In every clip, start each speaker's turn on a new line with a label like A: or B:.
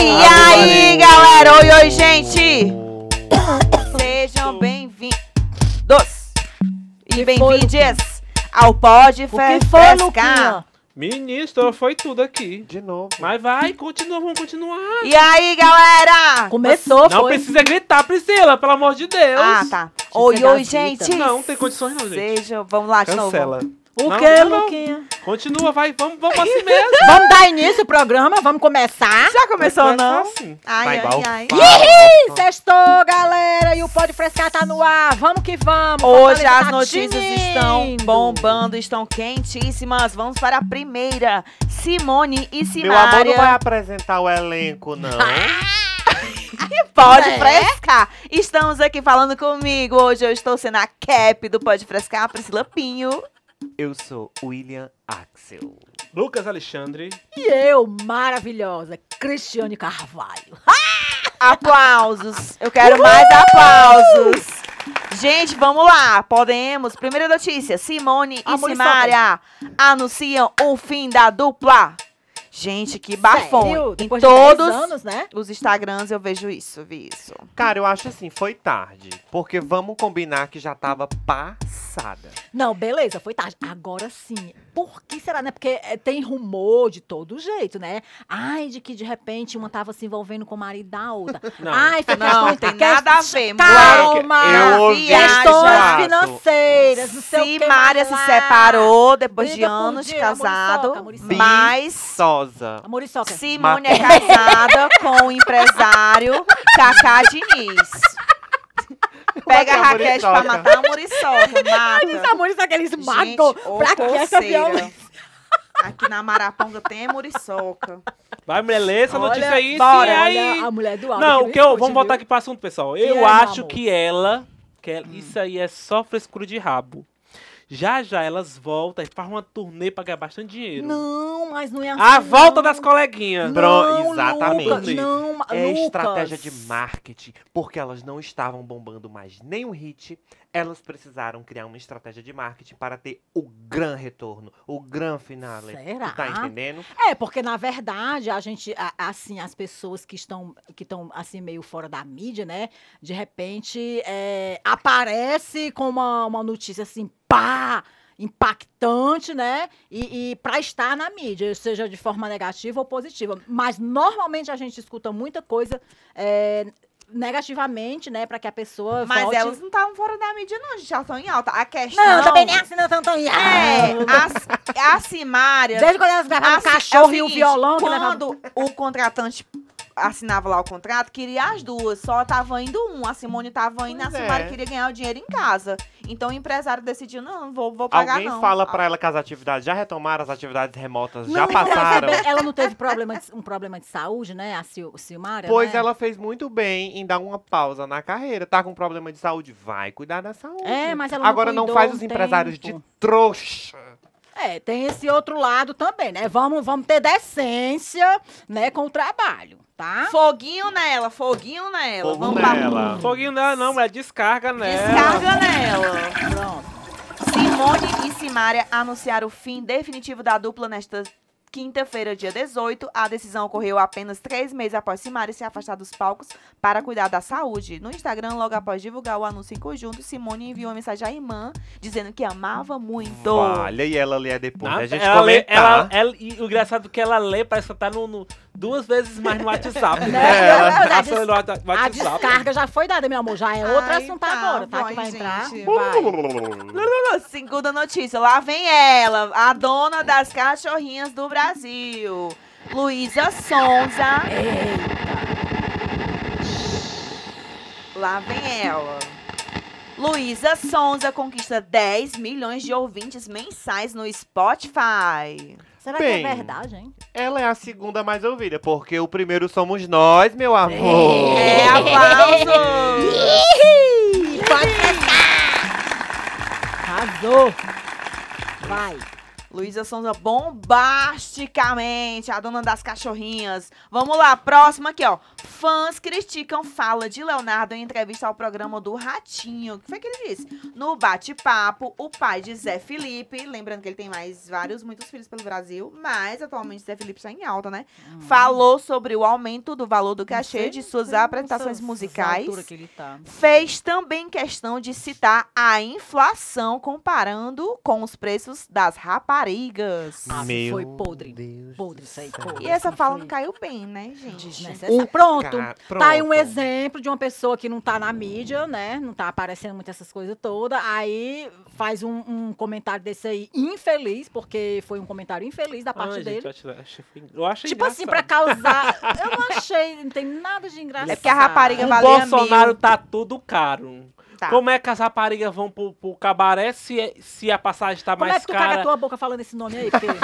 A: E aí, galera? Oi, oi, gente! Sejam bem-vindos e
B: Que foi,
A: bem-vindes ao Pod
B: O que foi,
A: Fresca.
B: Luquinha?
C: Ministro, foi tudo aqui.
D: De novo.
C: Mas vai, continua, vamos continuar.
A: E aí, galera?
B: Começou,
C: Não
B: foi.
C: precisa gritar, Priscila, pelo amor de Deus.
A: Ah, tá. Oi,
B: pegar
A: oi,
B: as fitas.
A: gente!
C: Não, não tem condições não, gente.
A: Sejam, vamos lá de
D: Cancela.
A: novo.
B: O
C: Não,
B: que,
C: não, não.
B: Luquinha?
C: Continua, vai, vamos, vamos assim mesmo.
B: Vamos dar início ao programa? Vamos começar?
A: Já começou,
C: Vai
A: não?
C: ficar assim.
A: Ai,
D: Vai, vai.
A: ai, ai.
B: Ih, Sextou, galera! E o Pode Frescar tá no ar! Vamos que vamos!
A: Hoje
B: Fortaleza
A: as
B: tá
A: notícias estão
B: tinindo.
A: bombando, estão quentíssimas. Vamos para a primeira. Simone e
D: Meu amor não vai
A: Simária.
D: apresentar o elenco, não.
A: Pode
B: É.
A: frescar. Estamos aqui falando comigo. Hoje eu estou sendo a cap do Pode Frescar, a Priscila Pinho.
D: Eu sou William Axel.
C: Lucas Alexandre.
B: E eu, maravilhosa, Cristiane Carvalho.
A: Aplausos. Eu quero mais aplausos. Gente, vamos lá. Podemos. Primeira notícia. Simone e
B: Amor e
A: Simária anunciam o fim da dupla. Gente, que
B: Sério?
A: bafão. Em
B: Depois de
A: todos
B: 10 anos, né?
A: os Instagrams eu vejo isso, eu vi isso.
D: Cara, eu acho assim, foi tarde. Porque vamos combinar que já tava passada.
B: Não, beleza, foi tarde. Agora sim. Por que será, né? Porque é, tem rumor de todo jeito, né? Ai, de que de repente uma tava se envolvendo com o marido da outra.
C: Não.
B: Ai, foi
A: Não,
B: questões-
A: tem nada a ver, mulher.
B: Calma!
D: Eu ouvi
B: Questões
D: boato.
B: financeiras, não sei o que.
A: Simária se
B: mais lá.
A: separou depois de
B: Briga por
A: anos de
B: dinheiro,
A: casado,
B: amor e soca, amor e
D: soca.
A: mas
D: Sosa.
B: A Muriçoca.
A: Simone é casada com o empresário Cacá Diniz. Pega a
D: Matou a
A: raquete pra
D: muriçoca.
A: matar a muriçoca,
B: Os
A: mata.
B: amores daqueles
A: Gente,
B: matam.
A: ô
B: tá Pra que essa
A: coceira.
B: violência?
A: Aqui na Maraponga tem a muriçoca.
C: Vai, mulher, lê essa
B: Olha,
C: notícia aí.
A: bora,
C: sim, aí.
B: Olha, a mulher do Aldo.
C: Não,
B: não
C: o que eu,
B: esconde,
C: vamos
B: viu?
C: voltar
B: é,
C: aqui pro assunto, pessoal.
B: E aí,
C: Eu
B: meu
C: acho
B: amor?
C: que ela, que ela- isso aí é só frescura de rabo. Já já elas voltam e fazem uma turnê pra ganhar bastante dinheiro.
B: Não, mas não é assim.
C: A volta
B: não.
C: das coleguinhas.
D: Pro-
B: Não,
D: exatamente.
B: Lucas, não, Lucas.
D: É estratégia de marketing, porque elas não estavam bombando mais nenhum hit. Elas precisaram criar uma estratégia de marketing para ter o gran retorno, o gran finale.
B: Será?
D: Tu Tá entendendo?
B: É, porque na verdade a gente, a- assim, as pessoas que estão, que estão assim meio fora da mídia, né? De repente é, aparece com uma, uma notícia assim, pá, impactante, né? E, e para estar na mídia, seja de forma negativa ou positiva. Mas normalmente a gente escuta muita coisa é, negativamente, né? Para que a pessoa
A: Mas é
B: volte...
A: elas não estavam fora da mídia, não, gente. Elas estão em alta. A questão.
B: não, também nem assim, não, tanto.
A: É, a, a Simária
B: Desde quando elas gravaram o
A: Assim,
B: um cachorro
A: é
B: e o
A: seguinte,
B: violão, que levava...
A: Quando o contratante assinava lá o contrato, queria as duas. Só tava indo um. A Simone tava indo,
D: Pois
A: a Simone
D: é.
A: queria ganhar o dinheiro em casa. Então o empresário decidiu, não, não vou, vou pagar
D: Alguém
A: não.
D: fala pra ela que as atividades já retomaram, as atividades remotas
B: Ah. Não,
D: já
B: mas ela
D: passaram.
B: também- Ela não teve problema de- um problema de saúde, né? A Sil, Silmara?
D: Pois
B: né?
D: ela fez muito bem em dar uma pausa na carreira. Tá com problema de saúde, vai cuidar da saúde.
B: É, mas ela não
D: Agora não
B: cuidou
D: faz
B: um
D: os empresários
B: tempo.
D: de trouxa.
B: É, tem esse outro lado também, né? Vamos, vamos ter decência, né, com o trabalho, tá?
A: Foguinho nela, foguinho nela.
D: Fogo
A: Vamos pra-
D: nela.
C: Foguinho dela não, mulher, descarga
A: É.
C: né? nela.
A: Descarga nela.
B: Pronto.
A: Simone e Simária anunciaram o fim definitivo da dupla nesta quinta-feira, dia 18. A decisão ocorreu apenas três meses após Simária se afastar dos palcos para cuidar da saúde. No Instagram, logo após divulgar o anúncio em conjunto, Simone enviou uma mensagem à irmã dizendo que amava muito.
D: Olha, e ela lê depois.
C: Na-
D: a gente
C: ela lê, ela,
D: comentar.
C: ela- e o engraçado é que ela lê, parece que tá no, no- duas vezes mais no WhatsApp.
B: Né?
C: né?
D: Ela-
B: Não, a,
C: Acelerou o WhatsApp.
B: des- a descarga já foi dada, meu amor. Já é outro
A: Ai,
B: assunto
A: tá,
B: agora, tá? que vai
A: gente,
B: entrar.
A: vai. Segunda notícia, lá vem ela, a dona das cachorrinhas do Brasil. Luísa Sonza,
B: Eita.
A: lá vem ela. Luísa Sonza conquista 10 milhões de ouvintes mensais no Spotify.
B: Será
D: Bem,
B: que é verdade, hein?
D: Ela é a segunda mais ouvida, porque o primeiro somos nós, meu amor.
A: É, aplausos!
B: Arrasou. Vai.
A: Luísa Sonza bombasticamente, a dona das cachorrinhas. Vamos lá, próxima aqui, ó. Fãs criticam fala de Leonardo em entrevista ao programa do Ratinho. O que foi que ele disse? No bate-papo, o pai de Zé Felipe, lembrando que ele tem mais vários, muitos filhos pelo Brasil, mas atualmente Zé Felipe está em alta, né?
B: Uhum.
A: Falou sobre o aumento do valor do cachê de suas apresentações musicais.
B: que ele tá.
A: Fez também questão de citar a inflação comparando com os preços das raparigas.
B: Ah,
D: Meu
B: foi podre.
D: Deus
B: Podre,
D: do
B: isso aí,
D: céu.
B: podre.
A: E essa fala não
B: foi
A: caiu bem, né, gente?
B: Desnecessário. Pronto.
D: Cara,
B: Tá aí um
D: pronto.
B: exemplo de uma pessoa que não tá na mídia, né? Não tá aparecendo muito essas coisas todas. Aí faz um, um comentário desse aí infeliz, porque foi um comentário infeliz da parte
C: Ai,
B: dele.
C: gente, eu achei- eu achei- eu achei
B: tipo assim, pra
C: engraçado.
B: causar. Eu não achei, não tem nada de engraçado.
A: É porque a rapariga
C: O
A: valia
C: Bolsonaro
A: mil.
C: tá tudo caro.
A: Tá.
C: Como é que as raparigas vão pro, pro cabaré se, é- se a passagem tá
B: Como é
C: mais
B: que tu caga
C: cara?
B: a tua boca falando esse nome aí, Pedro?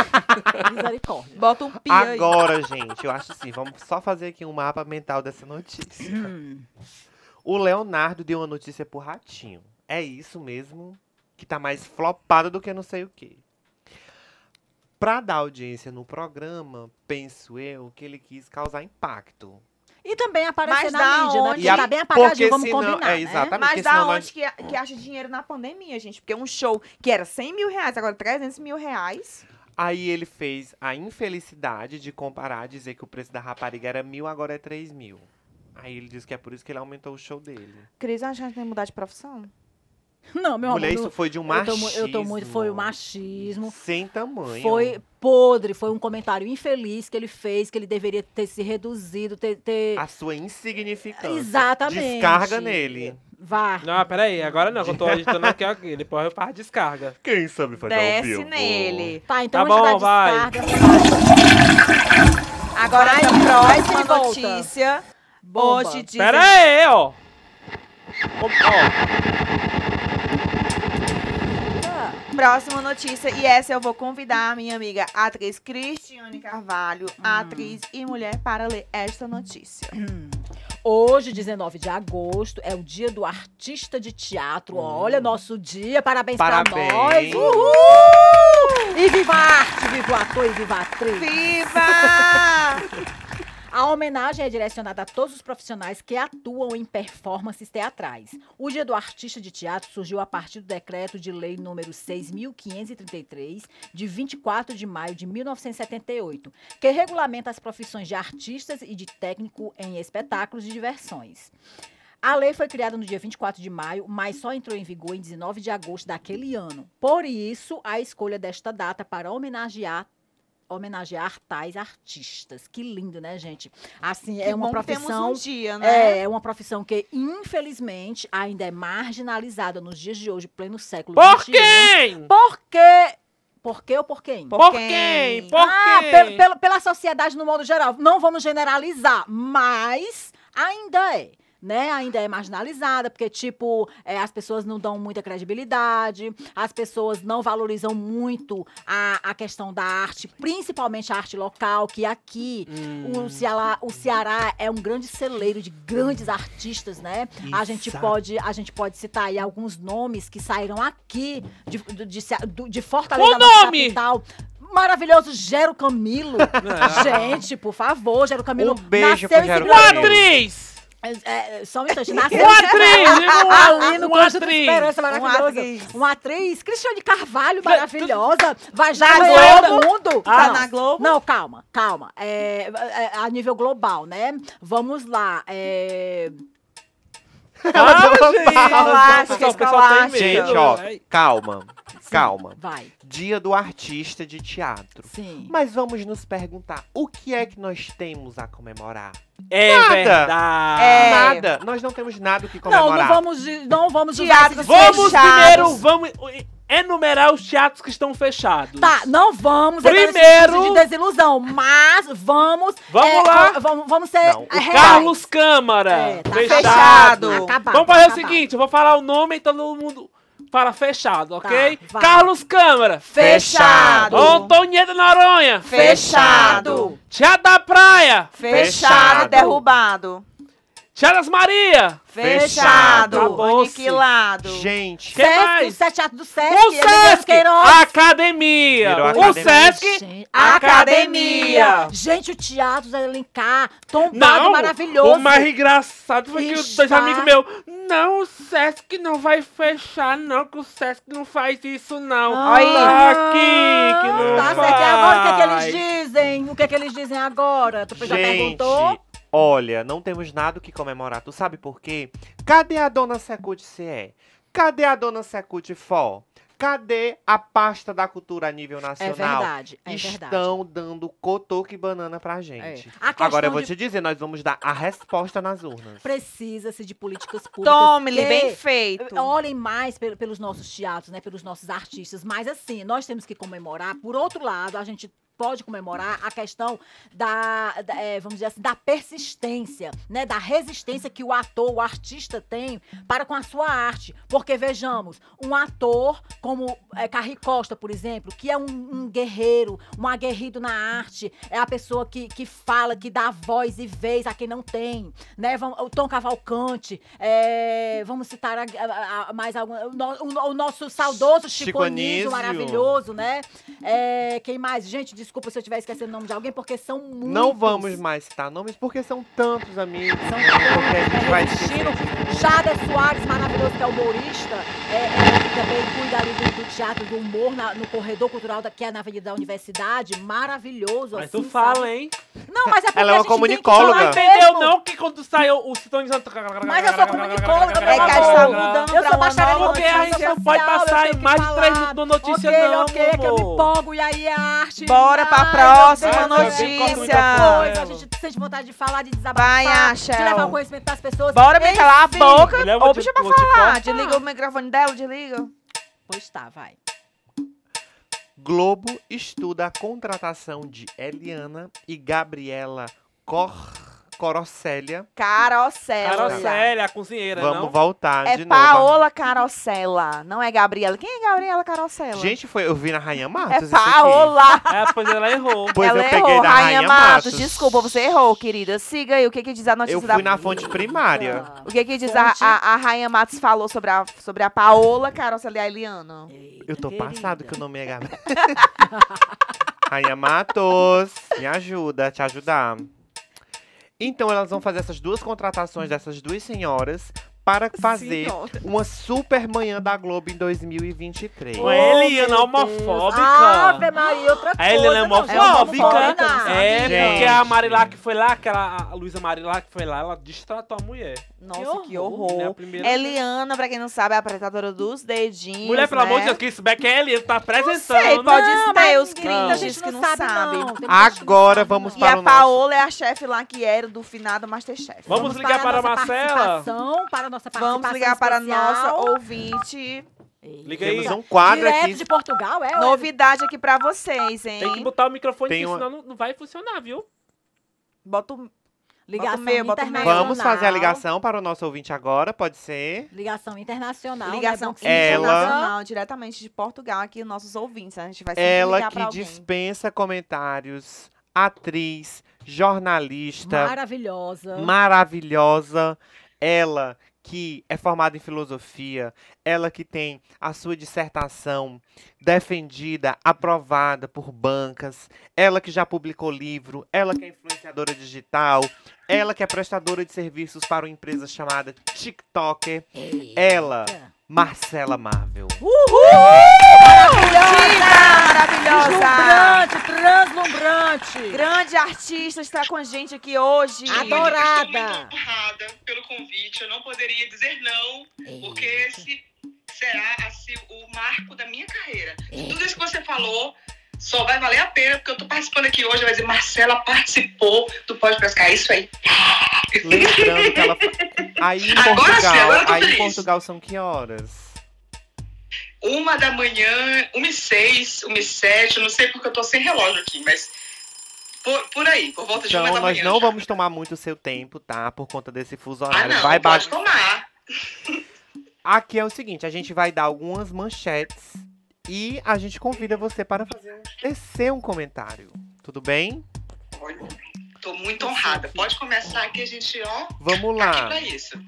B: Misericórdia.
A: Bota um pia aí.
D: Agora, gente, eu acho assim, vamos só fazer aqui um mapa mental dessa notícia.
B: Hum.
D: O Leonardo deu uma notícia pro Ratinho. É isso mesmo que tá mais flopado do que não sei o quê. Pra dar audiência no programa, penso eu que ele quis causar impacto.
B: E também aparecer
A: Mas
B: na
A: da
B: mídia, né?
A: onde?
B: Porque
A: E a-
B: tá bem apagadinho,
D: porque
B: vamos
D: senão-
B: combinar,
D: é,
B: né?
D: exatamente.
A: Mas
D: porque
A: da
D: senão nós-
A: onde que, que acha dinheiro na pandemia, gente? Porque um show que era 100 mil reais, agora 300 mil reais.
D: Aí ele fez a infelicidade de comparar, dizer que o preço da rapariga era mil, agora é três mil. Aí ele diz que é por isso que ele aumentou o show dele.
A: Cris, acho que a gente tem que mudar de profissão.
B: Não, meu
D: Mulher,
B: amor.
D: isso foi de um
B: eu, tô,
D: machismo.
B: mu- eu tô muito. Foi o machismo.
D: Sem tamanho.
B: Foi podre, foi um comentário infeliz que ele fez, que ele deveria ter se reduzido, ter.
C: Ah.
B: ter-
D: A sua insignificância.
B: Exatamente.
D: Descarga nele.
B: Vá.
C: Não, peraí, agora não, que eu tô agitando aqui, aqui. Depois eu faço a descarga.
D: Quem sabe um
A: Desce nele.
B: Tá, então
C: Tá
B: a gente dá
C: bom, vai.
B: descarga.
A: Agora
B: Vai,
A: a
B: vai que ele
A: próxima
B: volta.
A: notícia.
B: Bomba.
A: Hoje diz.
C: Peraí, ó. Como- ó.
A: Próxima notícia, e essa eu vou convidar a minha amiga, a atriz Cristiane Carvalho,
B: Hum.
A: atriz e mulher, para ler esta notícia.
B: Hoje, 19 de agosto, é o dia do artista de
C: Hum.
B: teatro. Olha, nosso dia. Parabéns,
D: Parabéns.
B: pra nós. Uhul! E viva a arte, viva o ator e viva a atriz.
A: Viva!
B: A homenagem é direcionada a todos os profissionais que atuam em performances teatrais. O Dia do Artista de Teatro surgiu a partir do decreto de lei número 6533 de 24 de maio de 1978, que regulamenta as profissões de artistas e de técnico em espetáculos de diversões. A lei foi criada no dia 24 de maio, mas só entrou em vigor em 19 de agosto daquele ano. Por isso, a escolha desta data para homenagear homenagear tais artistas. Que lindo, né, gente? Assim, é
A: Que
B: uma
A: bom que
B: profissão
A: Temos um dia, né?
B: é, é uma profissão que, infelizmente, ainda é marginalizada nos dias de hoje, pleno século um.
C: Por
B: XXI.
C: quem?
B: Por quê? Por quê ou por quem?
A: Por
C: Por
A: quem?
C: quem? Por
B: ah,
C: quem?
B: pelo- pelo- pela sociedade no modo geral. Não vamos generalizar, mas ainda é. Né, ainda é marginalizada, porque, tipo, é, as pessoas não dão muita credibilidade, as pessoas não valorizam muito a, a questão da arte, principalmente a arte local, que aqui
C: Hum.
B: o Ceará, o Ceará é um grande celeiro de grandes artistas, né? A gente, pode, a gente pode citar aí alguns nomes que saíram aqui de, do- de, Cea- do- de Fortaleza,
C: O
B: nossa
C: nome!
B: capital. Maravilhoso Gero Camilo.
C: Não.
B: gente, por favor, Gero Camilo.
D: Um beijo pro
B: nasceu e
D: Gero
B: se
C: Uma
B: grandiu-
D: Camilo.
C: atriz!
B: É, é, só um instante. Nasceu
C: Uma
B: e se
C: atriz!
B: grandiu Ali no
C: Uma
B: Conjunto da
C: atriz!
B: Esperança,
A: Uma
B: maravilhosa.
A: atriz.
B: Uma atriz, Cristiane Carvalho, maravilhosa. Vai já
A: Na
B: ganhar o
A: Globo?
B: mundo.
A: Tá
C: Ah,
B: Não.
A: na Globo?
B: Não, calma, calma. É, é, a nível global, né? Vamos lá. é,
C: Ah,
A: Escolástica,
C: Escolástica,
A: escolástica.
D: Gente, ó, calma. Calma.
B: Vai.
D: Dia do artista de teatro.
B: Sim.
D: Mas vamos nos perguntar, o que é que nós temos a comemorar?
C: É
D: Nada.
C: verdade.
A: É.
D: Nada. Nós não temos nada o que
B: Não,
D: comemorar.
B: não vamos, de- não vamos usar
A: Teatro
B: esses
C: Vamos
A: Fechados.
C: primeiro, vamos enumerar os teatros que estão fechados.
B: Tá, não vamos entrar nesse
C: Primeiro-
B: discurso de desilusão, mas vamos. é,
C: Vamos lá.
B: co- Vamos, vamos ser. é,
D: Não, o
B: reais.
C: Carlos Câmara.
B: É, tá
C: fechado.
A: fechado.
B: Acabado,
C: Vamos fazer o
B: acabado.
C: seguinte, eu vou falar o nome e todo mundo fala fechado, ok?
B: Tá, vai.
C: Carlos Câmara.
A: Fechado.
C: Antonieta Noronha.
A: Fechado.
C: Teatro da Praia.
A: Fechado,
D: Fechado.
A: derrubado.
C: Charas Maria!
A: Fechado.
C: Acabou-se.
A: Aniquilado.
D: Gente,
C: Que
B: Sesc, o
C: mais?
B: Sete Atos do Sesc.
C: O
B: Eliane
C: Sesc!
B: Queiroz.
C: Academia!
D: Virou
C: O
D: academia.
C: Sesc!
B: Gente,
A: Academia.
B: Gente, o Teatro Zé Alencar, tombado,
C: Não!
B: maravilhoso. tá.
C: O mais engraçado foi que os dois
B: Está-
C: amigos meus. Não, o Sesc não vai fechar, não, que o Sesc não faz isso, não.
B: Ah,
A: Aí.
C: Tá aqui, que não
B: Tá
C: faz.
B: certo. E agora, o que, é que eles dizem? O que, é que eles dizem agora? Tu já
D: gente,
B: perguntou?
D: olha, não temos nada o que comemorar. Tu sabe por quê? Cadê a dona Secute CE? Cadê a dona Secute FO? Cadê a pasta da cultura a nível
B: É
D: nacional?
B: verdade, é verdade.
D: Estão dando cotoco e banana pra
B: É.
D: gente.
B: A questão
D: Agora eu vou
B: de
D: te dizer, nós vamos dar a resposta nas urnas.
B: precisa-se de políticas públicas.
A: Tome-lhe,
B: que-
A: bem feito.
B: É, Olhem mais pel- pelos nossos teatros, né? Pelos nossos artistas. Mas assim, nós temos que comemorar. Por outro lado, a gente pode comemorar a questão da, da, eh, vamos dizer assim, da persistência, né? Da resistência que o ator, o artista tem para com a sua arte. Porque vejamos, um ator como eh, Carri Costa, por exemplo, que é um, um guerreiro, um aguerrido na arte, é a pessoa que, que fala, que dá voz e vez a quem não tem, né? Vam- O Tom Cavalcante, eh, vamos citar a- a- a- mais algum, o, no- o no- o nosso saudoso
D: Chico
B: Chico Anísio,
D: Anísio.
B: maravilhoso, né? Eh, quem mais? Gente, desculpa se eu estiver esquecendo o nome de alguém, porque são muitos.
D: Não vamos mais citar nomes porque são tantos amigos.
B: São
D: né, porque a gente vai
B: resistindo.
D: esquecer.
B: Jader Soares, maravilhoso, que é humorista, é, é, que também cuida ali do, do teatro do humor na- no corredor cultural da, que é na Avenida da Universidade. Maravilhoso.
C: Mas
B: assim,
C: tu fala,
B: sabe?
C: hein?
B: Não, mas é porque
D: Ela é
B: a
D: uma
B: gente tem que
D: comunicóloga.
B: falar
D: Não
B: mesmo.
C: Entendeu não que quando saiu o sintonizando.
B: Mas eu sou comunicóloga, meu
A: É que a
B: amor.
A: gente tá mudando
B: Eu
A: pra
B: sou
A: uma
B: bacharel
A: nova
B: em
C: Porque a gente
B: comunicação
C: não pode
B: social, eu
C: passar
B: tenho
C: em
B: que
C: mais de
B: falar.
C: três minutos da
B: ok,
C: notícia, não.
B: Ok, que eu me
C: amor.
B: empolgo e aí é arte.
A: Bora pra
B: Ai,
A: próxima
B: meu Deus.
C: notícia.
B: Tem muita coisa, A gente sente vontade de falar, de desabafar.
A: Vai,
B: De
A: Axel.
B: levar o conhecimento das pessoas.
A: Bora me calar a
B: Enfim.
A: boca.
C: Mulher, eu
A: Ô,
C: vou te-
A: bicho, é pra
C: vou te
A: falar.
C: contar.
A: Desliga o microfone dela, desliga.
B: Pois tá, vai.
D: Globo estuda a contratação de Eliana e Gabriela Cor... Corocélia.
A: Carocela.
C: Carocélia, a cozinheira,
D: Vamos
C: não?
D: voltar
A: É
D: de novo.
A: Paola Carocela, não é Gabriela. Quem é Gabriela Carocela?
D: Gente, foi, eu vi na Rainha Matos.
A: é
D: isso aqui.
A: Paola.
C: É, pois ela errou.
D: Pois
A: Ela
D: eu peguei
A: errou,
D: da Rainha
A: Matos.
D: Matos.
A: Desculpa, você errou, querida. Siga aí, o que que diz a notícia
D: Eu
A: da...
D: fui na fonte primária.
A: O que que diz a,
B: Fonte.
A: a, a Rainha Matos falou sobre a, sobre a Paola Carocela e a Eliana?
D: Eu tô passado que o nome é Gabriela. Rainha Matos, me ajuda, te ajudar. Então elas vão fazer essas duas contratações dessas duas senhoras para fazer
A: Senhora.
D: uma super manhã da Globo em 2023.
C: Uma Eliana homofóbica.
B: Ave Maria, outra coisa.
C: A Eliana é
B: não, gente,
C: homofóbica.
B: homofóbica, sabe?
C: É,
D: Gente.
C: porque a Mari lá que foi lá, aquela a Luísa Mari lá que foi lá, ela destratou a mulher.
A: Nossa, que
C: horror.
A: horror.
C: Né, a primeira-
A: Eliana, pra quem não sabe, é a apresentadora dos dedinhos.
C: Mulher, pelo
A: né?
C: amor de Deus, que isso é que é Eliana, tá apresentando.
A: sei, pode
B: Não,
A: ser,
B: mas
A: os
B: ninguém-
A: gringos
B: a gente
A: dizem que não
B: sabe.
A: sabem.
B: Tem muita gente que não
D: Agora
B: sabe,
D: vamos
B: não.
A: E
D: Para
A: a
D: o
A: Paola é a chefe lá que era do finado Masterchef.
C: Vamos ligar para a
B: nossa
C: Marcela?
B: participação, Para a nossa participação
A: Vamos ligar para a nossa
B: especial.
A: ouvinte.
C: Liga aí.
D: Temos um quadro
B: Direto
D: aqui.
B: de Portugal, é?
A: Novidade aqui pra vocês,
C: Tem que
A: hein?
C: botar o microfone,
D: Tem
C: aqui,
D: uma-
C: senão não, não vai funcionar, viu?
A: Bota o...
B: Ligação
A: Bota o meio, bota o meio.
B: internacional.
D: Vamos fazer a ligação para o nosso ouvinte agora, pode ser?
B: Ligação internacional. né?
A: ligação
B: Bom que se
D: Ela-
A: internacional diretamente de Portugal aqui, os nossos ouvintes. A gente vai sempre
D: Ela
A: ligar pra
D: que
A: alguém.
D: dispensa comentários, atriz, jornalista,
B: Maravilhosa.
D: maravilhosa. Ela que é formada em filosofia, ela que tem a sua dissertação defendida, aprovada por bancas, ela que já publicou livro, ela que é influenciadora digital, ela que é prestadora de serviços para uma empresa chamada TikToker, ela, Marcela Marvel.
A: Maravilhosa! Maravilhosa!
B: Deslumbrante, translumbrante.
A: Grande artista está com a gente aqui hoje.
B: Adorada.
E: honrada pelo convite. Eu não poderia dizer não, porque esse será assim, o marco da minha carreira. Tudo isso que você falou só vai valer a pena, porque eu tô participando aqui hoje. Vai dizer, Marcela participou do Pode Pescar. Isso aí.
D: Lembrando que ela. fa- Aí em
E: Agora sim,
D: Portugal,
E: agora eu tô
D: aí em
E: feliz.
D: Portugal são que horas?
E: Uma da manhã, uma e seis, uma e sete. eu Não sei porque eu tô sem relógio aqui, mas por, por aí, por volta de uma
D: Então
E: da
D: nós
E: manhã.
D: não
E: já.
D: vamos tomar muito o seu tempo, tá? Por conta desse fuso
E: Ah,
D: horário.
E: não,
D: vai baixo.
E: pode tomar.
D: Aqui é o seguinte, a gente vai dar algumas manchetes e a gente convida você para fazer um, tecer um comentário. Tudo bem?
E: Tô muito honrada. Pode começar que a gente, ó,
D: Vamos
E: tá aqui
D: lá.
E: pra isso.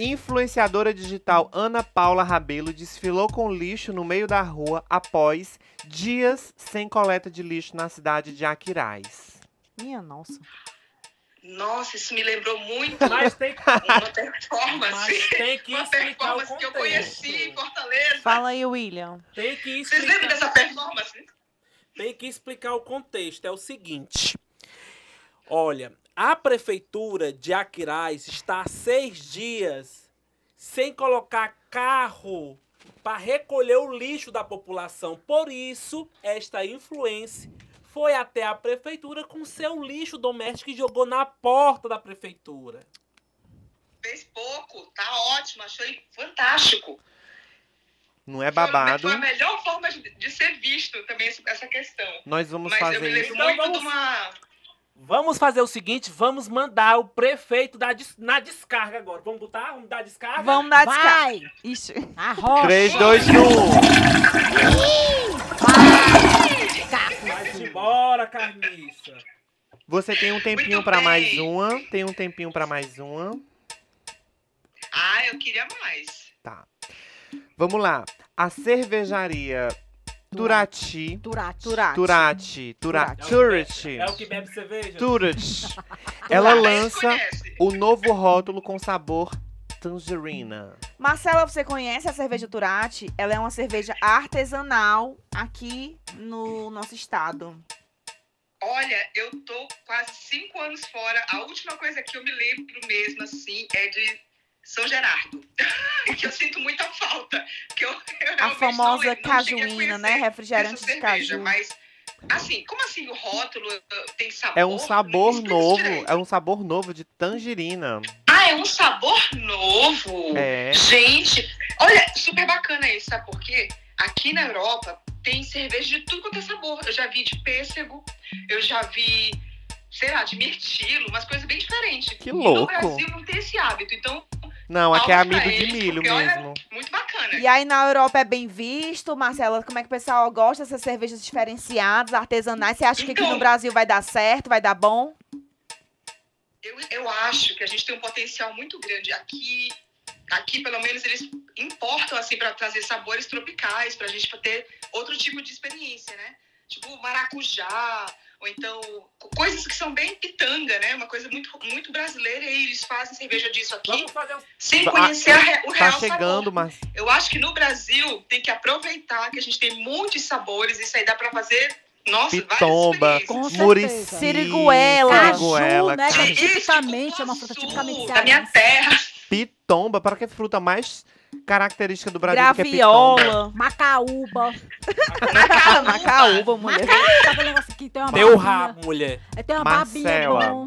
D: Influenciadora digital Ana Paula Rabelo desfilou com lixo no meio da rua após dias sem coleta de lixo na cidade de Aquiraz.
A: Minha nossa.
E: Nossa, isso me lembrou muito
C: Mas tem,
E: uma performance.
C: mas tem que
E: Uma
C: explicar o
E: performance que eu
C: contexto.
E: conheci em Fortaleza.
A: Fala aí, William.
C: Tem que
E: Vocês lembram
C: explicar,
E: dessa performance?
C: tem que explicar o contexto. É o seguinte. Olha, a prefeitura de Aquiraz está há seis dias sem colocar carro para recolher o lixo da população. Por isso, esta influência foi até a prefeitura com seu lixo doméstico e jogou na porta da prefeitura.
E: Fez pouco, tá ótimo, achei fantástico.
D: Não é babado?
E: Foi a melhor forma de, de ser visto também esse- essa questão.
D: Nós vamos
E: Mas eu me
D: fazer isso.
E: lembro
C: Então vamos-
E: muito de uma.
C: Vamos fazer o seguinte, vamos mandar o prefeito dar des- na descarga agora. Vamos botar? Vamos dar descarga?
A: Vamos dar descarga.
B: Vai!
A: Ixi.
B: A rocha!
D: 3, 2, 1.
C: Vai embora, carniça.
D: Você tem um tempinho
E: Muito
D: pra
E: bem.
D: mais uma. Tem um tempinho pra mais uma.
E: Ah, eu queria mais.
D: Vamos lá. A cervejaria Turati.
B: Turati.
A: Turati.
D: Turati.
A: Turati.
D: Turati.
C: É o que bebe cerveja?
D: Turati. Ela
E: Vocês
D: lança
E: conhecem?
D: o novo rótulo com sabor tangerina.
A: Marcela, você conhece a cerveja Turati? Ela é uma cerveja artesanal aqui no nosso estado.
E: Olha, eu tô quase cinco anos fora. A última coisa que eu me lembro mesmo, assim, é de São Gerardo. que eu sinto muita falta. Que eu, eu
A: A
E: realmente não
A: famosa
E: lembro, não cheguei a
A: cajuína, né?
E: conhecer
A: Refrigerante
E: essa
A: de
E: cerveja,
A: caju.
E: Mas, assim, como assim o rótulo uh, tem sabor?
D: É um sabor
E: Não explica
D: novo,
E: direito.
D: é um sabor novo de tangerina.
E: Ah, é um sabor novo.
D: É.
E: Gente, olha, super bacana isso, sabe por quê? Aqui na Europa tem cerveja de tudo quanto é sabor. Eu já vi de pêssego, eu já vi, sei lá, de mirtilo, umas coisas bem diferentes.
D: Que
E: E
D: louco.
E: No Brasil não tem esse hábito, então
D: Não, aqui é
E: Palmas pra
D: amido de
E: eles,
D: milho
E: porque olha-
D: mesmo.
E: muito bacana.
A: E aí na Europa é bem visto, Marcela, como é que o pessoal gosta dessas cervejas diferenciadas, artesanais? Você acha que aqui no
E: Então-
A: Brasil vai dar certo, vai dar bom?
E: Eu, eu acho que a gente tem um potencial muito grande aqui. Aqui, pelo menos, eles importam assim para trazer sabores tropicais para a gente ter outro tipo de experiência, né? Tipo maracujá ou então co- coisas que são bem pitanga, né? Uma coisa muito muito brasileira e eles fazem cerveja disso aqui
C: Vamos fazer um...
E: sem
D: Tá-
E: conhecer a re- o
D: Tá
E: real
D: chegando,
E: sabor.
D: mas
E: Eu acho que no Brasil tem que aproveitar que a gente tem muitos sabores e isso aí dá para fazer nossa
D: pitomba,
E: várias experiências.
B: Com certeza.
D: murici,
A: Siriguela.
D: siriguela,
B: Caju, né, que é
D: caju.
B: Tipicamente, é uma fruta né?
E: Cupuaçu,
B: tipicamente
E: tipo, da minha
B: cearense.
E: terra.
D: pitomba, para que fruta mais característica do Brasil que é pitomba?
A: Graviola.
B: Macaúba.
A: Macaúba, mulher.
B: Macaúba, aquele negócio que tem uma
C: Teu
B: babinha.
C: rabo, mulher.
B: É, Tem uma
D: Marcela.
B: babinha, não.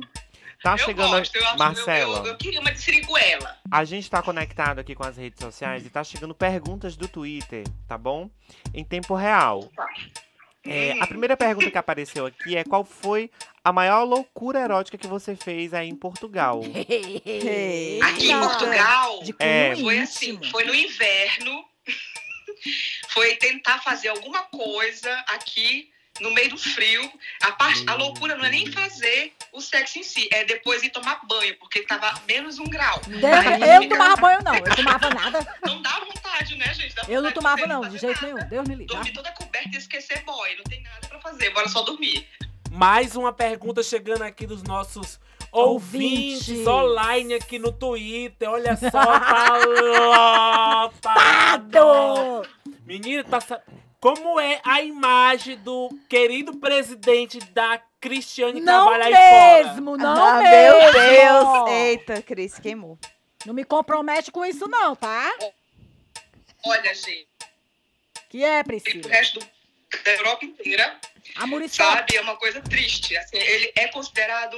D: Tá
E: eu
D: chegando,
E: gosto, eu acho- eu-
D: Marcela.
E: Eu, eu queria uma de siriguela.
D: A gente tá conectado aqui com as redes sociais e tá chegando perguntas do Twitter, tá bom? Em tempo real. É, a primeira pergunta que apareceu aqui é qual foi a maior loucura erótica que você fez aí em Portugal?
B: Eita.
E: Aqui em Portugal,
B: De
D: É.
B: cunho
E: foi assim,
B: íntimo.
E: foi no inverno. foi tentar fazer alguma coisa aqui no meio do frio. A, parte, a loucura não é nem fazer o sexo em si, é depois ir tomar banho, porque tava menos um grau.
B: Deus, eu não tomava banho, não. Eu tomava nada.
E: Não dá vontade, né, gente? Dá
B: Eu não tomava,
E: vontade você
B: não, de
E: fazer
B: jeito
E: nada.
B: nenhum. Deus me livre.
E: Dormir toda coberta e esquecer boy, não tem nada pra fazer, bora só dormir.
C: Mais uma pergunta chegando aqui dos nossos ouvintes,
B: Ouvintes.
C: online aqui no Twitter. Olha só, tá lotado.
B: Dado!
C: Menino, tá... sa- como é a imagem do querido presidente da Cristiane
B: Não
C: Carvalho aí fora?
B: mesmo, não
A: Ah,
B: mesmo.
A: meu Deus. Eita, Cris, queimou.
B: Não me compromete com isso, não, tá?
E: Olha, gente,
B: Que é,
E: o
B: Priscila.
E: resto do- da Europa inteira
B: A Muriçoca.
E: sabe? É uma coisa triste. assim, ele é considerado.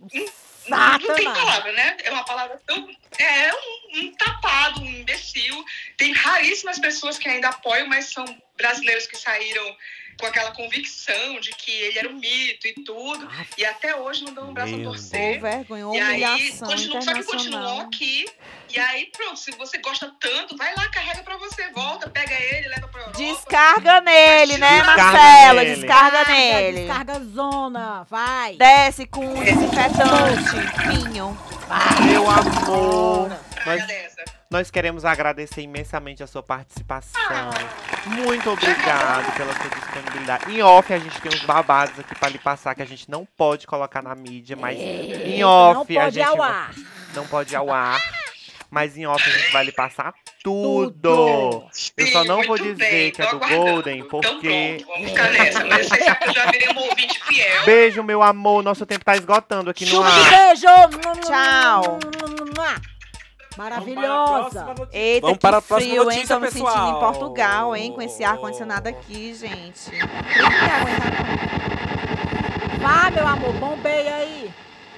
E: Não tem
B: Satanás.
E: palavra, né? É uma palavra tão é um, um tapado, um imbecil. Tem raríssimas pessoas que ainda apoiam, mas são brasileiros que saíram com aquela convicção de que ele era um mito e tudo. E até hoje não dão um braço a
D: Meu
A: Ou
E: torcer.
A: vergonha, ou
E: E aí,
A: humilhação
E: continua, só que continuou
A: internacional.
E: aqui. E aí, pronto, se você gosta tanto, vai lá, carrega pra você, volta, pega ele, leva pra Europa.
A: Descarga nele, né,
D: Descarga
A: Marcela?
D: nele.
A: Descarga nele.
B: Descarga zona, vai.
A: Desce com um desinfetante, vinho.
D: Meu amor.
E: Praga
D: Nós,
E: dessa.
D: nós queremos agradecer imensamente a sua participação. Muito obrigado pela sua disponibilidade. Em off, a gente tem uns babados aqui pra lhe passar que a gente não pode colocar na mídia, mas em off
B: É, não
D: a
B: pode
D: gente
B: ao
D: vai-
B: ar.
D: não pode ao ar. Mas em off a gente vai lhe passar tudo.
B: Tudo.
D: Eu só
E: Sim,
D: não vou
E: muito
D: dizer
E: bem,
D: que é do
E: tô aguardando.
D: Golden, porque-
E: Então pronto, vamos ficar nessa. Mas vocês sabem que eu já virei um ouvinte fiel.
D: Beijo, meu amor. Nosso tempo tá esgotando aqui no
B: Chuva de
D: ar.
B: beijo.
A: Tchau.
C: Vamos para a próxima
B: Maravilhosa.
C: notícia.
A: Eita,
C: Vamos
A: que
C: para a próxima
A: frio, hein?
C: notícia,
A: Tô me sentindo em
C: pessoal.
A: Portugal, hein? Com esse ar-condicionado aqui, gente. Tem que aguentar.
B: Vá, meu amor, bombeia aí.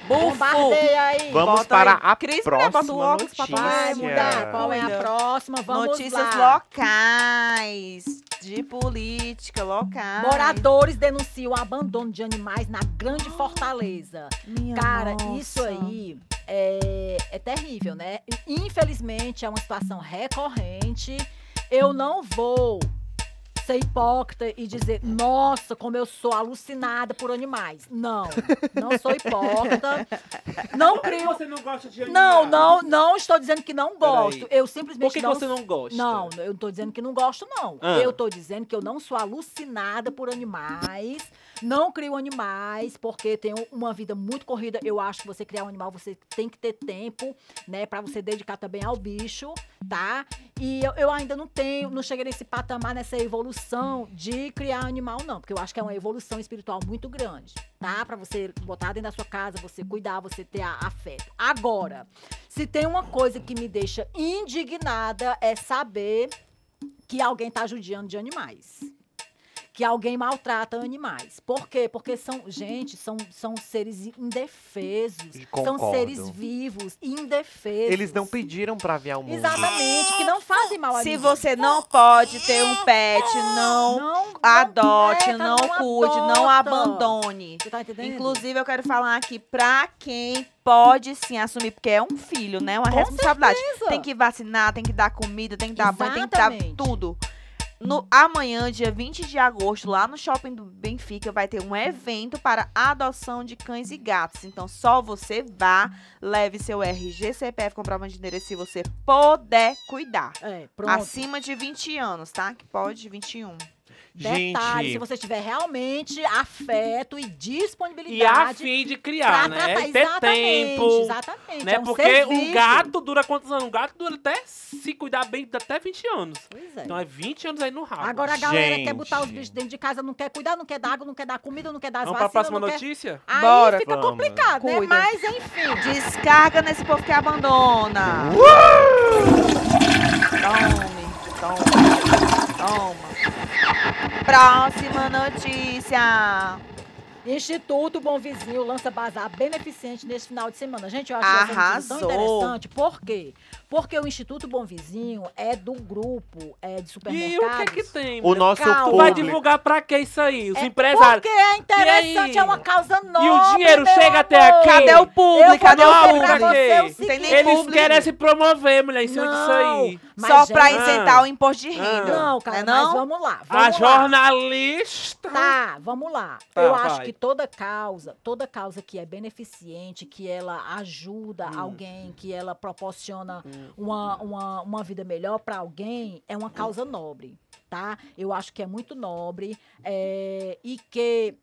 A: Bufo!
B: Bombardeia aí.
D: Vamos
A: Bota
D: para
A: aí.
D: a
A: Cris, mulher, bota o
D: próxima
A: óculos pra
B: Vai
A: Notícia.
B: mudar.
D: notícia.
B: Qual é a
A: Cuida.
B: próxima? Vamos
A: Notícias
B: lá.
A: locais, de política, locais.
B: Moradores denunciam abandono de animais na Grande Fortaleza.
A: Minha
B: Cara,
A: nossa.
B: isso aí é, é terrível, né? Infelizmente, é uma situação recorrente. Eu não vou ser hipócrita e dizer, nossa, como eu sou alucinada por animais. Não, não sou hipócrita. Não
C: Por que
B: crio.
C: você não gosta de
B: Não,
C: animais?
B: não, não estou dizendo que não gosto. Eu simplesmente
C: Por que, que
B: não
C: você não gosta?
B: não, eu não tô dizendo que não gosto, não.
C: Ah.
B: Eu tô dizendo que eu não sou alucinada por animais. Não crio animais, porque tenho uma vida muito corrida. Eu acho que você criar um animal, você tem que ter tempo, né? Pra você dedicar também ao bicho, tá? E eu, eu ainda não tenho, não cheguei nesse patamar, nessa evolução de criar animal, não. Porque eu acho que é uma evolução espiritual muito grande, tá? Pra você botar dentro da sua casa, você cuidar, você ter a- afeto. Agora, se tem uma coisa que me deixa indignada é saber que alguém tá judiando de animais. Que alguém maltrata animais. Por quê? Porque são, gente, são, são seres indefesos. São
D: Concordo.
B: seres vivos, indefesos.
D: Eles não pediram pra ver ao mundo.
B: Exatamente, que não fazem mal a
A: Se
B: ninguém.
A: você não pode ter um pet, não
B: não
A: adote,
B: é,
A: não cuide, não
B: adota.
A: abandone.
B: Você tá entendendo?
A: Inclusive, eu quero falar aqui pra quem pode sim assumir, porque é um filho, né? Uma
B: Com
A: responsabilidade.
B: Beleza.
A: Tem que vacinar, tem que dar comida, tem que dar banho, tem que dar
B: Exatamente.
A: tudo. No, amanhã, dia 20 de agosto, lá no shopping do Benfica, vai ter um evento para adoção de cães e gatos. Então, só você vá, leve seu RG, CPF, comprovante de endereço, se você puder cuidar.
B: É, pronto.
A: Acima de 20 anos, tá? Que pode, 21.
B: Detalhe, se
D: Gente,
B: você tiver realmente afeto e disponibilidade
C: E é a fim de criar, né? É ter
B: exatamente,
C: tempo.
B: exatamente.
C: Né?
B: é um
C: Porque
B: ser
C: um
B: vivo.
C: gato dura quantos anos? Um gato dura até se cuidar bem, dá até 20 anos.
B: Pois é.
C: Então é 20 anos aí no rabo.
B: Agora a galera
D: Gente.
B: quer botar os bichos dentro de casa, não quer cuidar, não quer dar água, não quer dar comida, não quer dar as
C: Vamos para a
B: vacinas,
C: próxima
B: assim, não quer-
C: notícia?
B: Aí
A: Bora.
B: fica
D: Vamos.
B: complicado, né?
A: Cuida.
B: Mas enfim.
A: Descarga nesse povo que abandona. Tome, toma, toma. Próxima notícia.
B: Instituto Bom Vizinho lança bazar beneficente neste final de semana. Gente, eu acho essa notícia tão
A: Arrasou.
B: interessante. Por quê? Porque o Instituto Bom Vizinho é do grupo é, de
C: E o que
B: supermercados.
C: que tem?
D: o
C: mulher?
D: nosso
B: Calma.
C: Tu vai
D: público.
C: divulgar pra que isso aí? Os
B: É
C: empresários.
B: Porque é interessante,
C: E aí?
B: é uma causa nova.
C: dinheiro chega até aqui?
A: Cadê o público? Cadê
B: Eu
A: o
B: vou
C: Não,
B: dizer pra
A: público?
C: pra
B: você o
C: quê?
A: Não tem nem
B: seguinte.
C: Eles
A: público.
C: querem se promover, mulher, em cima disso aí.
B: mas,
A: Só
B: gente,
A: pra
C: gente-
A: isentar o imposto de
C: Ah.
A: renda.
B: Não, cara,
A: Não é
B: mas
A: não?
B: vamos lá.
C: A
B: Vamos lá.
C: jornalista.
B: Tá, vamos lá.
C: Tá,
B: eu
C: vai.
B: acho que toda causa, toda causa que é beneficente, que ela ajuda
C: Hum.
B: alguém, que ela proporciona uma, uma, uma vida melhor pra alguém, é uma causa nobre, tá? Eu acho que é muito nobre é, e que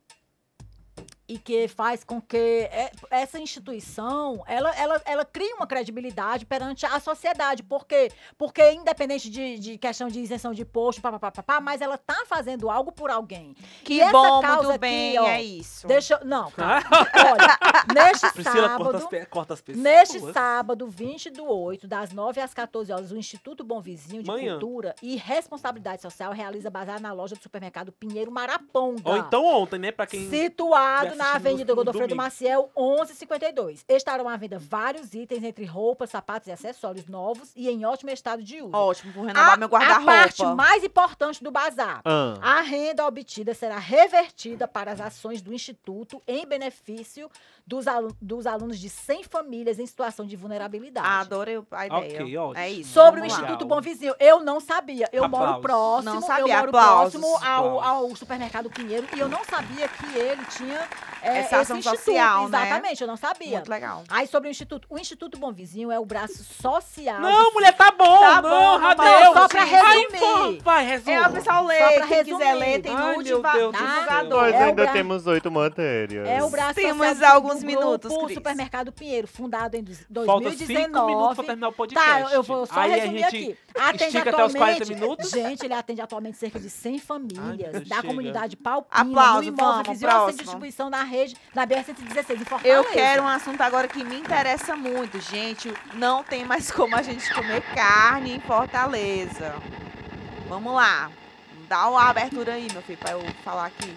B: e que faz com que é, essa instituição ela, ela, ela cria uma credibilidade perante a sociedade porque porque independente de, de questão de isenção de imposto papapá, papá, mas ela tá fazendo algo por alguém
A: Que
B: E essa
A: bom,
B: causa
A: muito
B: aqui,
A: bem,
B: ó,
A: é isso.
B: Deixa eu. Não, calma. Olha, neste
C: Priscila, corta as,
B: sábado.
C: pe- corta as pessoas.
B: Neste sábado, 20 do 8, das 9 às 14 horas, o Instituto Bom Vizinho de
C: Manhã.
B: Cultura e Responsabilidade Social realiza bazar na loja do supermercado Pinheiro Maraponga.
C: Ou então ontem, né? Pra quem.
B: situado
C: quer
B: na Avenida Godofredo
D: domingo.
B: Maciel, 1152. Estarão à venda vários itens, entre roupas, sapatos e acessórios novos e em ótimo estado de uso.
A: Ótimo, vou renovar
B: a,
A: meu
B: A parte
A: guarda-roupa.
B: mais importante do bazar.
D: Ah,
B: A renda obtida será revertida para as ações do Instituto em benefício dos, alu- dos alunos de 100 famílias em situação de vulnerabilidade.
A: Adorei a ideia.
C: Ok, ótimo.
A: É isso.
B: Sobre o
A: Ah, vamos lá.
B: Instituto
C: Legal.
B: Bom Vizinho, eu não sabia. Eu
C: Aplausos.
B: moro próximo,
A: Não sabia,
B: eu moro
A: aplausos,
B: próximo ao,
C: aplausos.
B: ao supermercado Pinheiro e eu não sabia que ele tinha é,
A: Essa ação
B: esse instituto.
A: social, né?
B: Exatamente, eu não sabia.
A: Muito legal.
B: Aí sobre o Instituto, o Instituto Bom Vizinho é o braço social. do-
C: Não, mulher, tá bom.
A: Tá
C: não,
A: bom,
C: adeus.
A: mas
B: só pra
C: Vai,
B: resumir.
C: vai, vai, resume.
A: É, o pessoal lê.
B: Só pra
A: Quem quiser
B: resumir.
A: ler, tem
C: Ai,
A: nude,
C: meu
A: va-
C: Deus do
B: céu.
A: divulgador.
D: nós
B: é o
D: ainda
B: bra-
D: temos oito matérias.
B: É o braço
A: Temos
B: social do-
A: alguns
B: do
A: minutos,
B: grupo
A: Cris.
B: Supermercado Pinheiro, fundado em dos-
C: Falta cinco minutos pra
B: 2019.
C: terminar o podcast.
B: Tá, eu, eu vou só
C: Aí
B: resumir
C: a gente...
B: aqui. Atende
C: estica até os
B: atualmente,
C: 40 minutos?
B: Gente, ele atende atualmente cerca de 100
C: Ai, meu
B: famílias
C: Deus,
B: da
C: chega.
B: comunidade Palpina,
A: Aplauso,
B: do imóvel
A: vamos,
B: Vizinhança
A: próximo.
B: de Distribuição na rede da BR-116 em Fortaleza.
A: Eu quero um assunto agora que me interessa muito, gente. Não tem mais como a gente comer carne em Fortaleza. Vamos lá. Dá uma abertura aí, meu filho, pra eu falar aqui.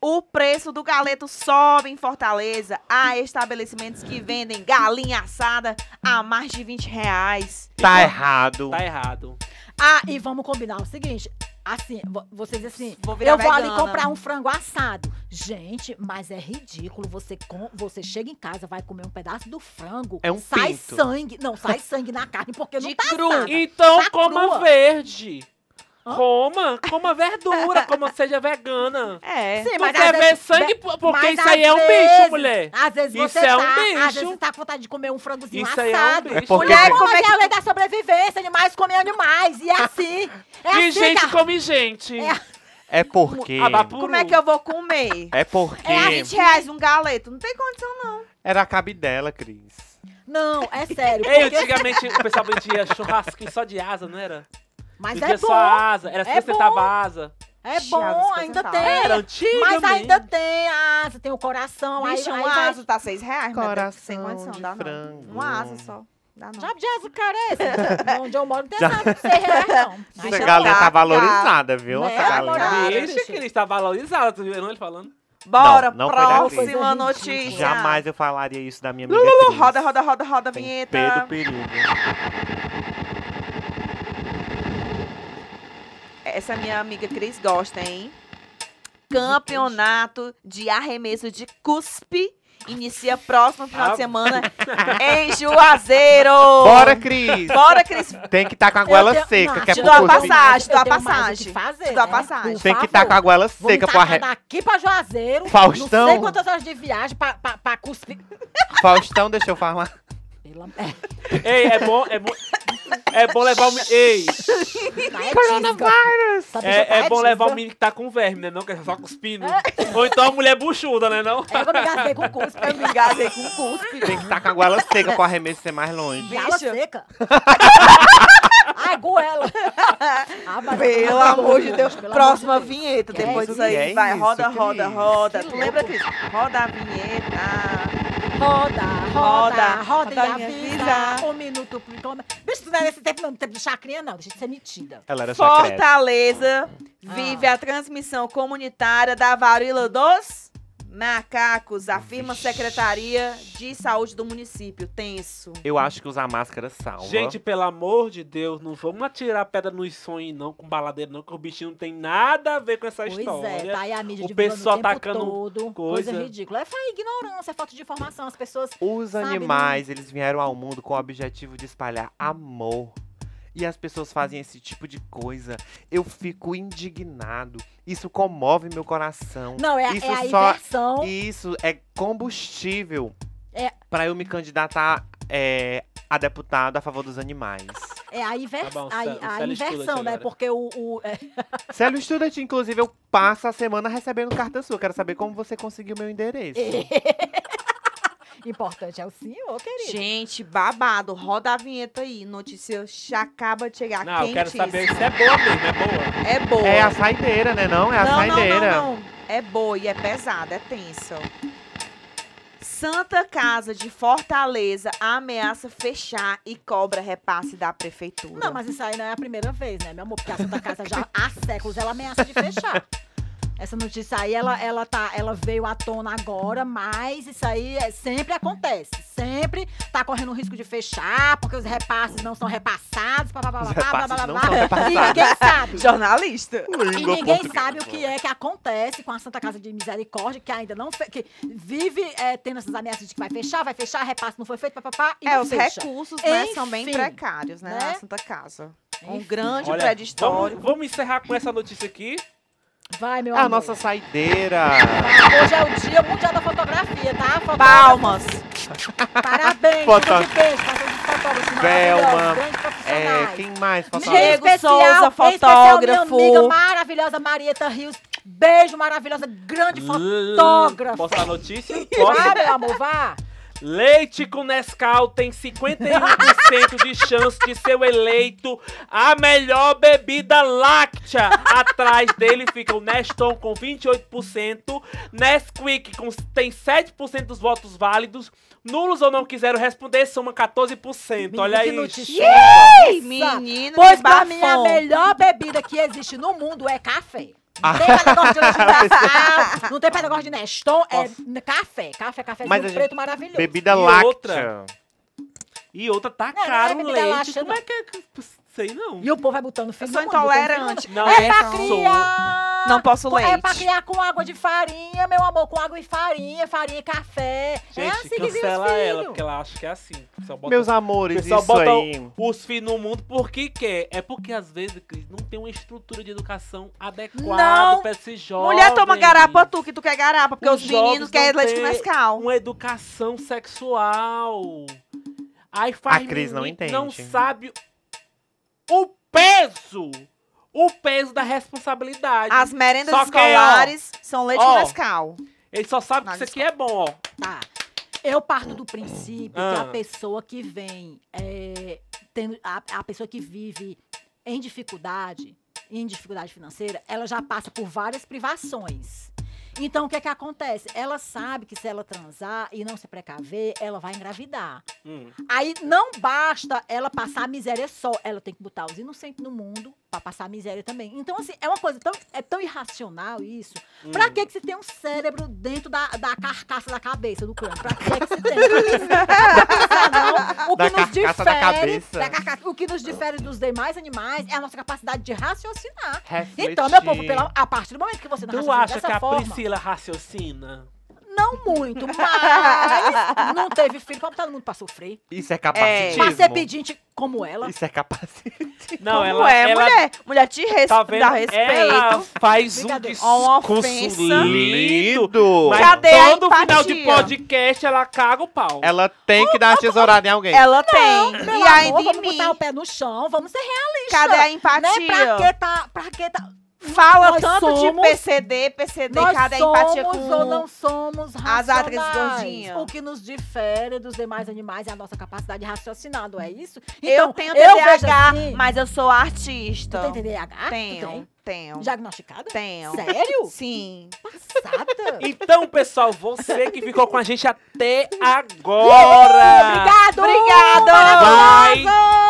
A: O preço do galeto sobe em Fortaleza. Há estabelecimentos que vendem galinha assada a mais de 20 reais.
D: Tá errado.
C: Tá errado.
B: Ah, e vamos combinar o seguinte. Assim, vo- vocês assim,
A: Vou virar
B: eu vou ali
A: vegana.
B: comprar um frango assado. Gente, mas é ridículo. Você, com, você chega em casa, vai comer um pedaço do frango.
D: É um
B: Sai
D: pinto.
B: sangue. Não, sai sangue na carne, porque não
A: De
B: tá
A: cru.
B: assada.
C: Então
B: Tá
C: coma
B: crua.
C: verde.
B: Hã?
C: Coma, coma verdura, coma seja vegana.
B: um
A: É.
B: Sim,
C: Tu
B: mas
C: quer
B: às
C: ver
B: vezes-
C: sangue, po- porque
B: mas
C: isso aí
B: às
C: é um bicho,
B: vezes-
C: mulher.
B: Às vezes
C: Isso
B: você
C: é um
B: tá,
C: bicho.
B: às vezes você tá com vontade de comer um frangozinho
C: Isso aí é um
B: assado.
C: bicho. É
D: porque-
B: Mulher,
A: Como
B: como
A: é
B: é a lei da sobrevivência? Animais comem animais. E é assim. É
C: e
B: assim,
C: gente
B: cara.
C: come gente.
B: É.
D: É porque.
B: Ah,
C: Abapuru.
A: Como é que eu vou comer?
D: É porque.
A: É 20 reais um galeto. Não tem condição.
D: Era a cabe dela, Cris.
B: Não, é sério.
C: Ei,
B: porque-
C: antigamente o pessoal vendia churrasquinho só de asa, não era?
B: Mas
C: vendia
B: é
C: só
B: bom.
C: a asa, era
B: É
C: 50 centavos a asa.
B: É
A: Chiadas
B: bom, ainda tem.
A: apresentadas.
C: Era antigo,
B: Mas
C: mesmo.
B: ainda tá tem a asa, tem o coração.
A: Bicho,
B: aí,
A: um
B: aí vai-
A: aso tá 6 reais, mas deve- sem
D: Coração
A: condição,
D: de
A: dá não.
D: frango.
A: Um aso só. Dá não.
B: Já de asa carece. Onde eu moro não tem asa de 100 reais, não. Mas
D: Essa
B: já
D: galinha
A: tá,
D: tá
A: tá.
D: valorizada, viu?
B: Né,
D: Essa galinha.
B: namorada? Cara,
C: Vixe,
B: bicho.
C: que ele está valorizado, tu viu não, ele falando?
A: Bora,
D: Não, não foi daqui.
A: próxima
B: Coisa ridícula.
A: notícia. Uh,
D: Jamais eu falaria isso da minha amiga. Cris.
A: Roda, roda, roda, roda a
D: Tem
A: vinheta.
D: Pedro Perigo.
A: Essa é minha amiga Cris gosta, hein? Campeonato de arremesso de cuspe inicia próximo final
C: Ah.
A: de semana em Juazeiro.
D: Bora, Cris!
A: Bora, Cris.
D: Tem que estar com a
B: Eu
D: goela
B: tenho-
D: seca,
B: não,
D: que é
A: te
D: pro
A: dou a
D: cuspe.
A: passagem, te dou a
B: Eu tenho mais o
A: passagem.
B: que fazer,
A: Te dou a
B: né?
A: passagem.
B: Por
D: Tem que tá estar
B: favor.
D: com a goela
B: Vamos
D: seca pro
B: tacar
D: arre...
B: daqui pra Juazeiro.
D: Faustão?
B: Não sei quantas horas de viagem pra, pra, pra cuspir.
D: Faustão, deixa eu falar.
B: Pela... É,
C: Ei, é bom, é bom... É bom levar o... men- Ei,
B: tá é Coronavírus.
C: é, é bom levar o menino que tá com verme, né não? Que é só cuspindo. Ou então a mulher buchuda, né não?
B: É, eu me gastei com cuspe.
A: Eu me engasguei com cuspe.
D: Tem que estar Tá com a goela seca pro arremesso ser mais longe.
B: Gala
A: Bicho.
B: seca. Ai, goela. Ah, mas-
A: Pelo amor de Deus.
B: Pelo amor
A: Próxima
B: de Deus.
A: vinheta
B: Que é
A: depois
D: isso,
A: disso aí.
D: que é
A: Vai,
D: isso,
A: roda,
D: que
A: roda,
D: isso.
A: roda.
B: Que
A: Tu lembra,
B: louco.
A: Cris? Roda a vinheta.
B: Roda, roda,
A: Roda,
B: roda,
A: roda
B: e
A: e avisa.
B: avisa. Um minuto pro toma. Bicho, tu não é nesse tempo, não. No tempo de chacrinha, não. Deixa de ser metida.
D: Ela era chacreta.
A: Fortaleza
C: Ah.
A: vive a transmissão comunitária da varíola dos macacos, afirma a Secretaria de Saúde do município. Tenso.
D: Eu acho que usar máscara salva.
C: Gente, pelo amor de Deus, não vamos atirar pedra nos sonhos, não, com baladeiro, não, que o bichinho não tem nada a ver com essa
B: Pois
C: história.
B: é, tá aí a mídia
C: O
B: divulgando
C: pessoal
B: o tempo
C: atacando
B: todo. Coisa.
C: coisa.
B: ridícula. É foi ignorância, é falta de informação. As pessoas...
D: Os
B: Sabe, né?
D: animais, eles vieram ao mundo com o objetivo de espalhar amor. E as pessoas fazem esse tipo de coisa. Eu fico indignado. Isso comove meu coração.
B: Não, é, a-
D: Isso
B: é a
D: só-
B: inversão.
D: E isso é combustível
B: É.
D: pra eu me candidatar é, a deputado a favor dos animais.
B: É a, inver...
C: Tá bom,
B: a-
C: Cé-
B: a
C: o Célio estuda isso
B: inversão, né?
C: agora.
B: Porque o... o- é,
D: Célio Student, inclusive, eu passo a semana recebendo carta sua. Quero saber como você conseguiu meu endereço.
B: É. Importante é o senhor, querido.
A: Gente, babado. Roda a vinheta aí. Notícia já acaba de
B: tá
A: chegar.
C: Não, eu quero
A: quentíssima.
C: saber se é boa mesmo, é boa.
A: É boa.
D: É a saideira, né? Não, é a
A: não, não,
D: saideira.
A: não, não. É boa e é pesada, é tensa. Santa Casa de Fortaleza ameaça fechar e cobra repasse da prefeitura.
B: Não, mas isso aí não é a primeira vez, né, meu amor? Porque a Santa Casa já há séculos ela ameaça de fechar. Essa notícia aí, ela, ela, tá, ela veio à tona agora, mas isso aí é- sempre acontece. Sempre tá correndo o risco de fechar, porque os repasses não são repassados. Pá, pá, pá,
D: Os
B: pá, pá,
D: repasses
B: pá,
D: não
B: pá,
D: são
B: pá. E
D: repassados.
B: ninguém sabe.
A: Jornalista.
B: E ninguém sabe o que é que acontece com a Santa Casa de Misericórdia, que ainda não fe- que vive eh, tendo essas ameaças de que vai fechar, vai fechar, repasse não foi feito, papapá, e
A: É,
B: não
A: os
B: fecha.
A: recursos né, são bem
B: Enfim,
A: precários, né?
B: né?
A: Na Santa Casa. Um
B: Enfim.
A: grande
C: Olha,
A: prédio histórico.
C: vamos, vamos encerrar com essa notícia aqui.
B: Vai, meu
A: Ah,
D: É a
B: amor.
D: nossa saideira.
B: Hoje é o dia mundial da fotografia, tá? Fotógrafo,
A: Palmas.
B: Parabéns,
D: Foto-
B: fotógrafo. fotógrafos
D: Velma,
B: maravilhosos, grandes profissionais.
D: É, quem mais? Falta
A: Gente, Diego
B: Em especial-
A: Souza,
B: em especial minha
A: fotógrafo.
B: amiga maravilhosa Marieta Rios. Beijo maravilhosa, grande fotógrafa.
C: Posso dar notícia?
B: Vá,
C: Posso?
B: meu amor, vá.
C: Leite com Nescau tem 51% de chance de ser o eleito a melhor bebida láctea. Atrás dele fica o Neston com 28%, Nesquik com, tem 7% dos votos válidos, nulos ou não quiseram responder soma 14%.
D: Então
C: Olha
B: que
C: aí.
B: notícia.
A: Ei,
B: Nossa.
A: menino,
B: Pois
A: que
B: pra mim, a
A: bafão.
B: melhor bebida que existe no mundo é café.
D: Ah.
B: Não tem pedagógico de leite condensado, não tem pedagógico de Neston, é café. Café, café
D: Mas a gente-
B: preto maravilhoso.
D: Bebida
C: E
D: láctea.
C: outra? E outra, tá
B: Não, não é
C: caro o
B: bebida
C: leite.
B: láctea,
C: Como é que é? que- Sei não.
B: E o povo vai botando
A: Eu
B: filho
A: sou
B: no mundo, botando
A: intolerante.
C: Não, um
B: filho no mundo. É
C: eu
B: pra
C: sou.
B: criar.
A: Não posso
B: Co- É
A: leite.
B: pra criar com água de farinha, meu amor, com água e farinha, farinha e café. é
C: Gente,
B: assim que vira
C: cancela ela,
B: filho.
C: porque ela acha que é assim. Só bota
D: Meus amores,
C: pessoal
D: isso
C: bota
D: aí.
C: os filhos no mundo porque quer. É porque às vezes Cris, não tem uma estrutura de educação adequada
A: Não.
C: pra esses jovens.
A: Mulher toma garapa tu, que tu quer garapa, porque os,
C: Os jovens um
A: meninos querem
C: não
A: leite
C: têm
A: com Nescau.
C: Uma educação sexual. Aí faz
D: A Cris não
C: menino-
D: entende.
C: Não sabe o peso. O peso da responsabilidade.
A: As merendas
C: Só que aí, ó.
A: escolares são leite
C: Ó.
A: com Nescau.
C: Ele só sabe que
A: Nada
C: isso aqui é bom, ó.
B: Tá. Eu parto do princípio que
C: Ah.
B: a pessoa que vem, é, tendo, a, a pessoa que vive em dificuldade, em dificuldade financeira, ela já passa por várias privações. Então, o que é que acontece? Ela sabe que se ela transar e não se precaver, ela vai engravidar.
C: Hum.
B: Aí não basta ela passar a miséria só, ela tem que botar os inocentes no mundo pra passar a miséria também. Então, assim, é uma coisa tão, é tão irracional isso.
C: hum.
B: Pra que que você tem um cérebro dentro da, da carcaça da cabeça do crânio? Pra que que você tem? Pra que você não? O que
D: Da
B: nos
D: carcaça da
B: difere,
D: cabeça.
B: carcaça- o que nos difere dos demais animais é a nossa capacidade de raciocinar.
D: Refletir.
B: Então, meu povo, pela, a partir do momento que você não
C: Tu
B: raciocina
C: acha
B: dessa
C: que a
B: forma,
C: Priscila raciocina?
B: não muito, mas não teve filho, pra botar no mundo pra sofrer.
D: Isso é
B: Pra
C: Tipo.
D: capacitismo.
B: ser pedinte como ela.
D: Isso é capacitismo.
C: Não,
A: Como
C: ela,
A: é,
C: ela
A: mulher? Mulher te res...
C: tá vendo?
A: dá respeito.
C: Ela faz um
B: Brincadeira.
A: Uma
C: discurso
A: ofensa.
C: lindo.
D: Lindo.
C: Mas
A: Cadê a
C: todo final de
A: empatia?
C: podcast ela caga o pau.
D: Ela tem que dar uma tesourada em alguém.
A: Ela tem.
B: Meu
A: e ainda
B: amor,
A: em
B: vamos
A: mim.
B: botar o pé no chão, vamos ser realistas.
A: Cadê a
B: Né? Pra
A: empatia?
B: que tá, pra que tá...
A: Fala
B: Nós
A: tanto de
B: somos-
A: PCD, PCD,
B: Nós
A: cadê a
B: somos
A: empatia com... um.
B: ou não
A: as
B: somos racionais.
A: atrizes gordinhas?
B: O que nos difere dos demais animais é a nossa capacidade de raciocinar, não é isso?
A: eu tenho
B: vejo
A: TDAH,
B: assim- tá
A: mas eu sou
B: Tu
A: artista.
B: tem TDAH? Tu
A: Tenho,
B: tem?
A: tenho,
B: Diagnosticada?
A: tenho.
B: Sério?
A: Sim.
B: Passada?
C: Então, pessoal, você que ficou com a gente até agora.
B: Obrigado!
A: Obrigado!
C: Vai,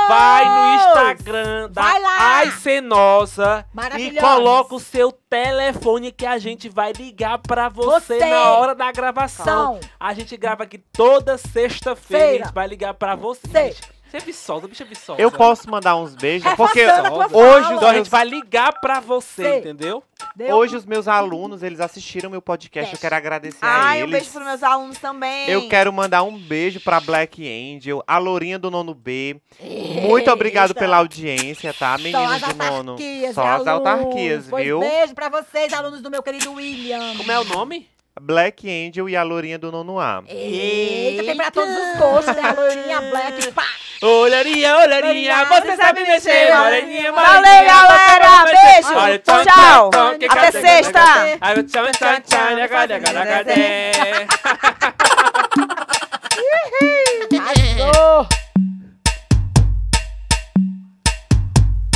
C: vai no Instagram da
B: Vai lá!
C: Ai Cenosa e
B: Maravilhosos.
C: coloca o seu telefone que a gente vai ligar pra você,
B: Você.
C: na hora da gravação.
B: São.
C: A gente grava aqui toda sexta-feira. A
B: Feira.
C: gente vai ligar pra você.
B: Sei.
C: Gente, Você é viçosa, bicha viçosa.
D: Eu posso mandar uns beijos,
B: É
D: porque
B: passando a tua
D: hoje
B: fala.
D: os,
C: Então a gente
D: meus,
C: vai ligar pra você,
B: Sei.
C: entendeu?
B: Deu?
D: hoje os meus alunos, eles assistiram meu podcast, eu quero agradecer a
A: Ai,
D: eles.
A: um beijo pros meus alunos também.
D: Eu quero mandar um beijo pra Black Angel, a Lourinha do Nono B. Muito obrigado
B: Eita.
D: pela audiência, tá? Meninos
B: Só
D: do
B: as
D: Nono.
B: autarquias,
D: Só
B: né,
D: as
B: alunos?
D: autarquias,
B: Pois
D: viu?
B: beijo pra vocês, alunos do meu querido William.
C: Como é o nome?
D: Black Angel e a Lourinha do Nono A.
B: Eita, tem pra todos os gostos, né? A loirinha, a black, pá.
C: Olharia, olharia,
A: Olharia,
C: você sabe mexer. Olharia,
A: Valeu, galera! Beijo!
C: Olha,
A: Tchau!
C: tchau, tchau,
A: Até
C: tchau,
A: sexta!
C: Aí eu tchau, tchau, tchau, né, galera, galera, galera.
B: Arrasou!